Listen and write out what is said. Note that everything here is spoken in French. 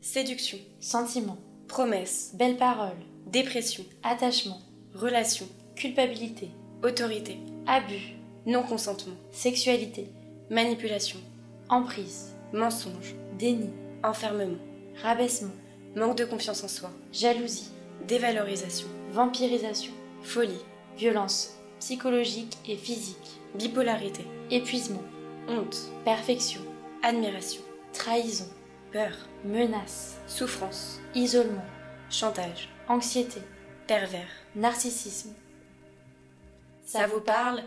Séduction, Sentiment, promesse, belles paroles, dépression, attachement, relation, culpabilité, autorité, abus, non-consentement, sexualité, manipulation, emprise, mensonge, déni, enfermement, rabaissement, manque de confiance en soi, jalousie, dévalorisation, vampirisation, folie, violence psychologique et physique, bipolarité, épuisement, honte, perfection, admiration, trahison, peur, menace, souffrance, isolement, chantage, anxiété, pervers. narcissisme. Ça vous parle